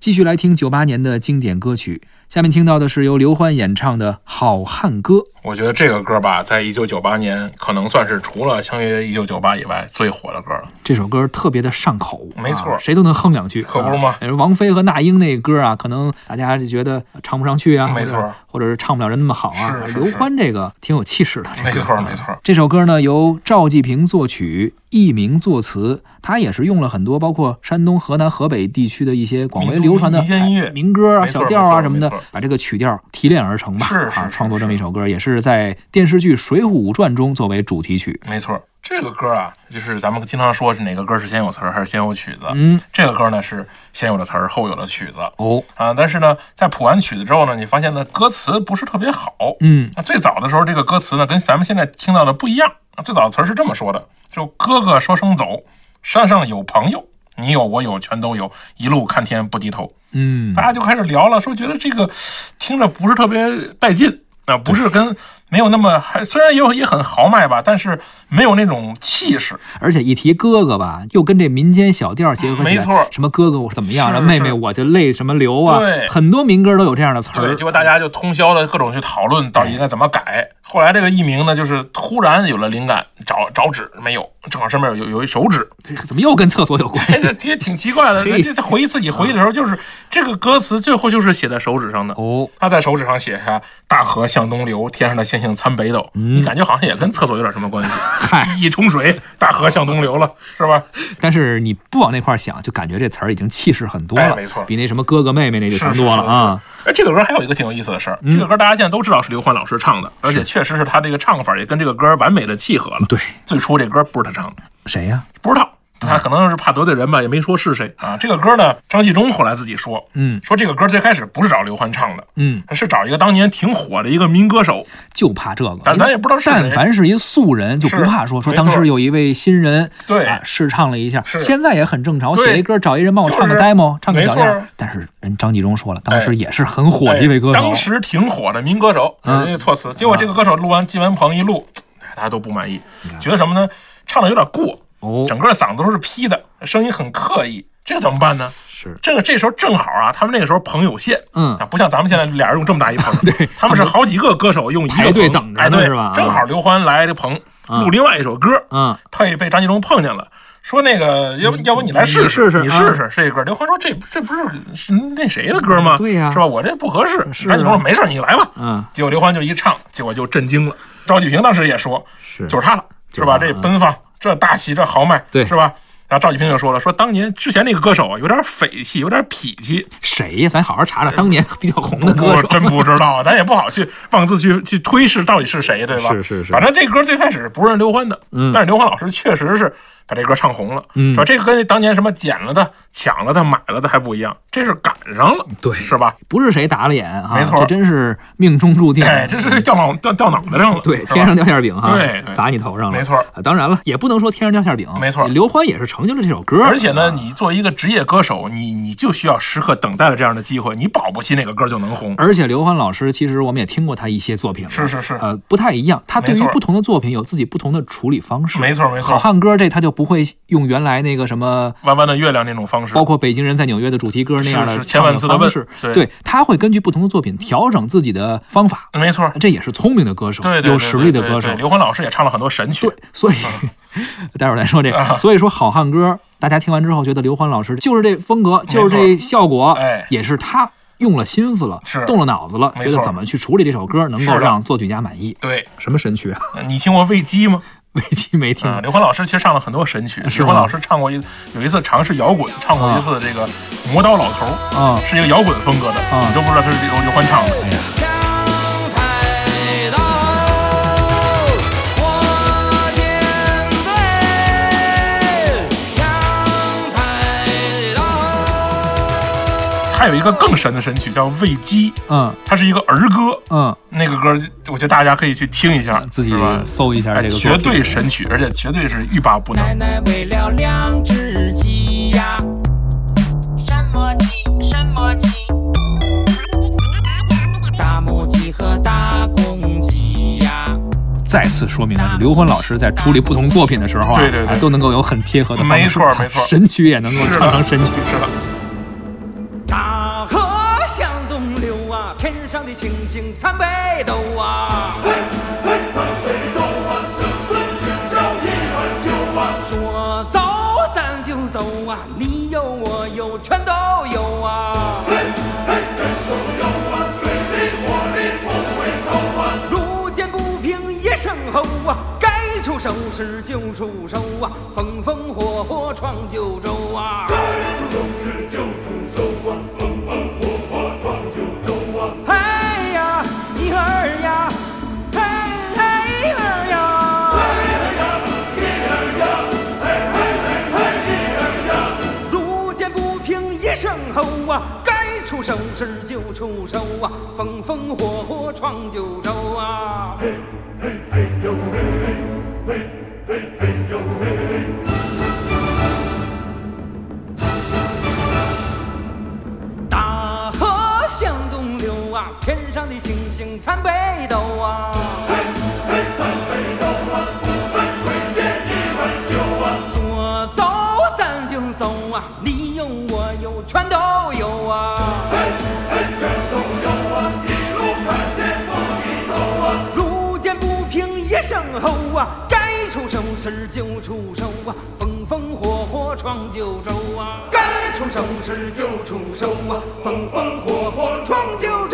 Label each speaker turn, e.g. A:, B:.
A: 继续来听九八年的经典歌曲，下面听到的是由刘欢演唱的《好汉歌》。
B: 我觉得这个歌吧，在一九九八年可能算是除了《相约一九九八》以外最火的歌了。
A: 这首歌特别的上口，
B: 没错
A: 啊谁都能哼两句，
B: 可不是吗
A: 啊王菲和那英那歌啊，可能大家就觉得唱不上去啊，
B: 没错
A: 或者，或者是唱不了人那么好啊。
B: 是是
A: 刘欢这个挺有气势的，这个
B: 没错没错。
A: 这首歌呢，由赵季平作曲，佚名作词。他也是用了很多包括山东、河南、河北地区的一些广为
B: 民族
A: 流传的
B: 民间音乐
A: 哎民歌啊、
B: 没错
A: 小调啊
B: 没错
A: 什么的
B: 没错，
A: 把这个曲调提炼而成吧，
B: 是是
A: 啊，
B: 是
A: 创作这么一首歌，也是在电视剧《水浒传》中作为主题曲。
B: 没错，这个歌啊，就是咱们经常说是哪个歌是先有词儿还是先有曲子。
A: 嗯，
B: 这个歌呢是先有的词儿，后有的曲子
A: 哦，
B: 啊。但是呢，在谱完曲子之后呢，你发现呢歌词不是特别好。
A: 嗯，
B: 那最早的时候，这个歌词呢跟咱们现在听到的不一样。啊最早的词儿是这么说的：就哥哥说声走，山上有朋友，你有我有全都有，一路看天不低头。
A: 嗯
B: 大，家就开始聊了，说觉得这个听着不是特别带劲啊，不是跟没有那么还虽然也有也很豪迈吧，但是没有那种气势。
A: 而且一提哥哥吧，又跟这民间小调结合起来，
B: 没错
A: 什么哥哥我怎么样，
B: 是
A: 然后妹妹
B: 是
A: 我就泪什么流啊，
B: 对
A: 很多民歌都有这样的词
B: 对，
A: 儿
B: 结。果大家就通宵的各种去讨论到底应该怎么改。后来这个艺名呢，就是突然有了灵感，找找纸没有，正好上面有有有一手指，
A: 这怎么又跟厕所有关？
B: 哎这 也挺奇怪的。
A: 嘿
B: 这这回忆自己回忆的时候，就是这个歌词最后就是写在手指上的。
A: 哦，
B: 他在手指上写下“大河向东流，天上的星星参北斗”，你感觉好像也跟厕所有点什么关系。
A: 嗯 嗨。
B: 一冲水，大河向东流了，是吧？
A: 但是你不往那块儿想，就感觉这词儿已经气势很多了，
B: 哎没错
A: 比那什么哥哥妹妹那就强多了啊。嗯
B: 哎，这个歌还有一个挺有意思的事儿，这个歌大家现在都知道是刘欢老师唱的，而且确实是他这个唱法也跟这个歌完美的契合了。
A: 对，
B: 最初这歌不是他唱的，
A: 谁呀、
B: 不知道。
A: 嗯
B: 他可能是怕得罪人吧，也没说是谁啊。这个歌呢，张纪中后来自己说，
A: 嗯，
B: 说这个歌最开始不是找刘欢唱的，
A: 嗯，
B: 是找一个当年挺火的一个民歌手，
A: 就怕这个，
B: 咱咱也不知道是谁
A: 但凡是一素人，就不怕说说
B: 是没
A: 当
B: 错
A: 时有一位新人，
B: 对
A: 啊，试唱了一下，
B: 是
A: 现在也很正常。我
B: 对
A: 写一歌找一人帮我唱个
B: 就是
A: demo，唱个小样
B: 没
A: 儿
B: 错。
A: 但是人张纪中说了，当时
B: 哎
A: 也是很火的一位歌手，
B: 哎当时挺火的民歌手，
A: 嗯
B: 人家措辞。结果这个歌手录完，季文鹏一录，哎大家都不满意，
A: 嗯
B: 觉得什么呢？唱的有点过，
A: 哦，
B: 整个嗓子都是劈的，声音很刻意，这个怎么办呢？
A: 是
B: 这个这时候正好啊，他们那个时候棚有限，
A: 嗯
B: 啊，不像咱们现在俩人用这么大一 棚，对，他们是好几个歌手用一个
A: 排队等
B: 棚
A: 着呢
B: 哎，对，
A: 是吧
B: 正好刘欢来这棚录另外一首歌，
A: 嗯，
B: 他也被张纪中碰见了。说那个，要不要不你来试
A: 你试试
B: 你
A: 啊
B: 试试这歌。刘欢说这这不是是那谁的歌吗？
A: 对呀
B: 是吧？我这不合适。
A: 是
B: 张纪中
A: 啊
B: 说没事儿，你来吧。
A: 嗯，
B: 结果刘欢就一唱，结果就震惊了。赵季平当时也说，
A: 是
B: 就是他了，
A: 就是
B: 是吧？
A: 他嗯
B: 这奔放，这大气，这豪迈，
A: 对
B: 是吧？然后赵季平就说了，说当年之前那个歌手啊，有点匪气，有点痞气，
A: 谁呀？咱好好查查当年比较红的歌
B: 我
A: 手。
B: 真不知道，啊咱也不好去妄自去去推是到底是谁，对吧？
A: 是是是
B: 反正这歌最开始不是刘欢的，
A: 嗯
B: 但是刘欢老师确实是把这歌唱红了，
A: 嗯
B: 是吧？这个跟当年什么捡了的、抢了的、买了的还不一样，这是赶上了，
A: 对嗯
B: 是吧？
A: 不是谁打了眼啊，
B: 没错
A: 这真是命中注定。
B: 哎，这是掉脑掉掉脑袋上了，
A: 嗯对，
B: 是吧
A: 天上掉馅儿饼哈，
B: 对对
A: 砸你头上了，
B: 没错儿
A: 啊当然了，也不能说天上掉馅儿饼，
B: 没错儿
A: 刘欢也是成就了这首歌，
B: 而且呢，你作为一个职业歌手，你你就需要时刻等待着这样的机会，你保不齐哪个歌就能红。
A: 而且刘欢老师其实我们也听过他一些作品了，
B: 是是是
A: 呃，不太一样，他对
B: 没
A: 于
B: 错儿
A: 不同的作品有自己不同的处理方式。
B: 没错没
A: 好
B: 错，
A: 汉歌这他就不会用原来那个什么。
B: 弯弯的月亮那种方式，
A: 包括北京人在纽约的主题歌那样的
B: 是是千万次的问
A: 唱法方式，
B: 对
A: 对，他会根据不同的作品调整自己的方法，
B: 没错，
A: 这也是聪明的歌手，
B: 对对对，
A: 有实力的
B: 对
A: 歌手
B: 对。刘欢老师也唱了很多神曲
A: 对，，所以、 待会儿再说这
B: 啊
A: 个。所以说，好汉歌，大家听完之后觉得刘欢老师就是这风格，就是这效果，
B: 哎
A: 也是他用了心思了，
B: 是
A: 动了脑子了，
B: 没
A: 觉
B: 错
A: 得怎么去处理这首歌能
B: 是
A: 够
B: 的
A: 让作曲家满意。
B: 对，
A: 什么神曲 啊？
B: 你听过喂鸡吗？
A: 危机没听
B: 啊，刘欢老师其实唱了很多神曲。
A: 嗯是
B: 刘欢
A: 吗
B: 老师唱过一有一次尝试摇滚，唱过一次这个《磨刀老头儿
A: 啊》，
B: 是一个摇滚风格的，
A: 啊
B: 你都不知道他是刘刘欢唱
A: 哎
B: 的。
C: 抢菜刀，我舰队抢菜刀。
B: 还有一个更神的神曲叫《喂鸡》，
A: 嗯
B: 它是一个儿歌，
A: 嗯，
B: 那个歌我觉得大家可以去听一下，
A: 自己
B: 是吧
A: 搜一下
B: 哎，
A: 这个作
B: 绝
A: 品
B: 对神曲，而且绝对是欲罢不能
C: 奶。奶喂了两只鸡呀，
D: 什么鸡？什么鸡？
C: 大母鸡和大公鸡呀。
A: 再次说明了刘欢老师在处理不同作品的时候啊，
B: 对对对
A: 哎都能够有很贴合的方式，
B: 没错没错
A: 神曲也能够
B: 是的
A: 唱成神曲。
B: 是的，
C: 大啊，河向东流啊，天上的星星参北斗啊。说走咱就走啊，你有我有全都有啊。路见不平一声吼啊，该出手时就出手啊，风风火火闯九州啊。哎呀，一儿呀，嘿嘿儿呀。路见不平一声吼啊，该出手时就出手啊，风风火火闯九州啊。大河向东流啊，天上的星星参北斗啊。说走咱就走啊，你有我有全都有啊。路见不平一声吼啊，该出手时就出手啊，风风火火闯九州啊，该出手时就出手啊，风风火火闯九州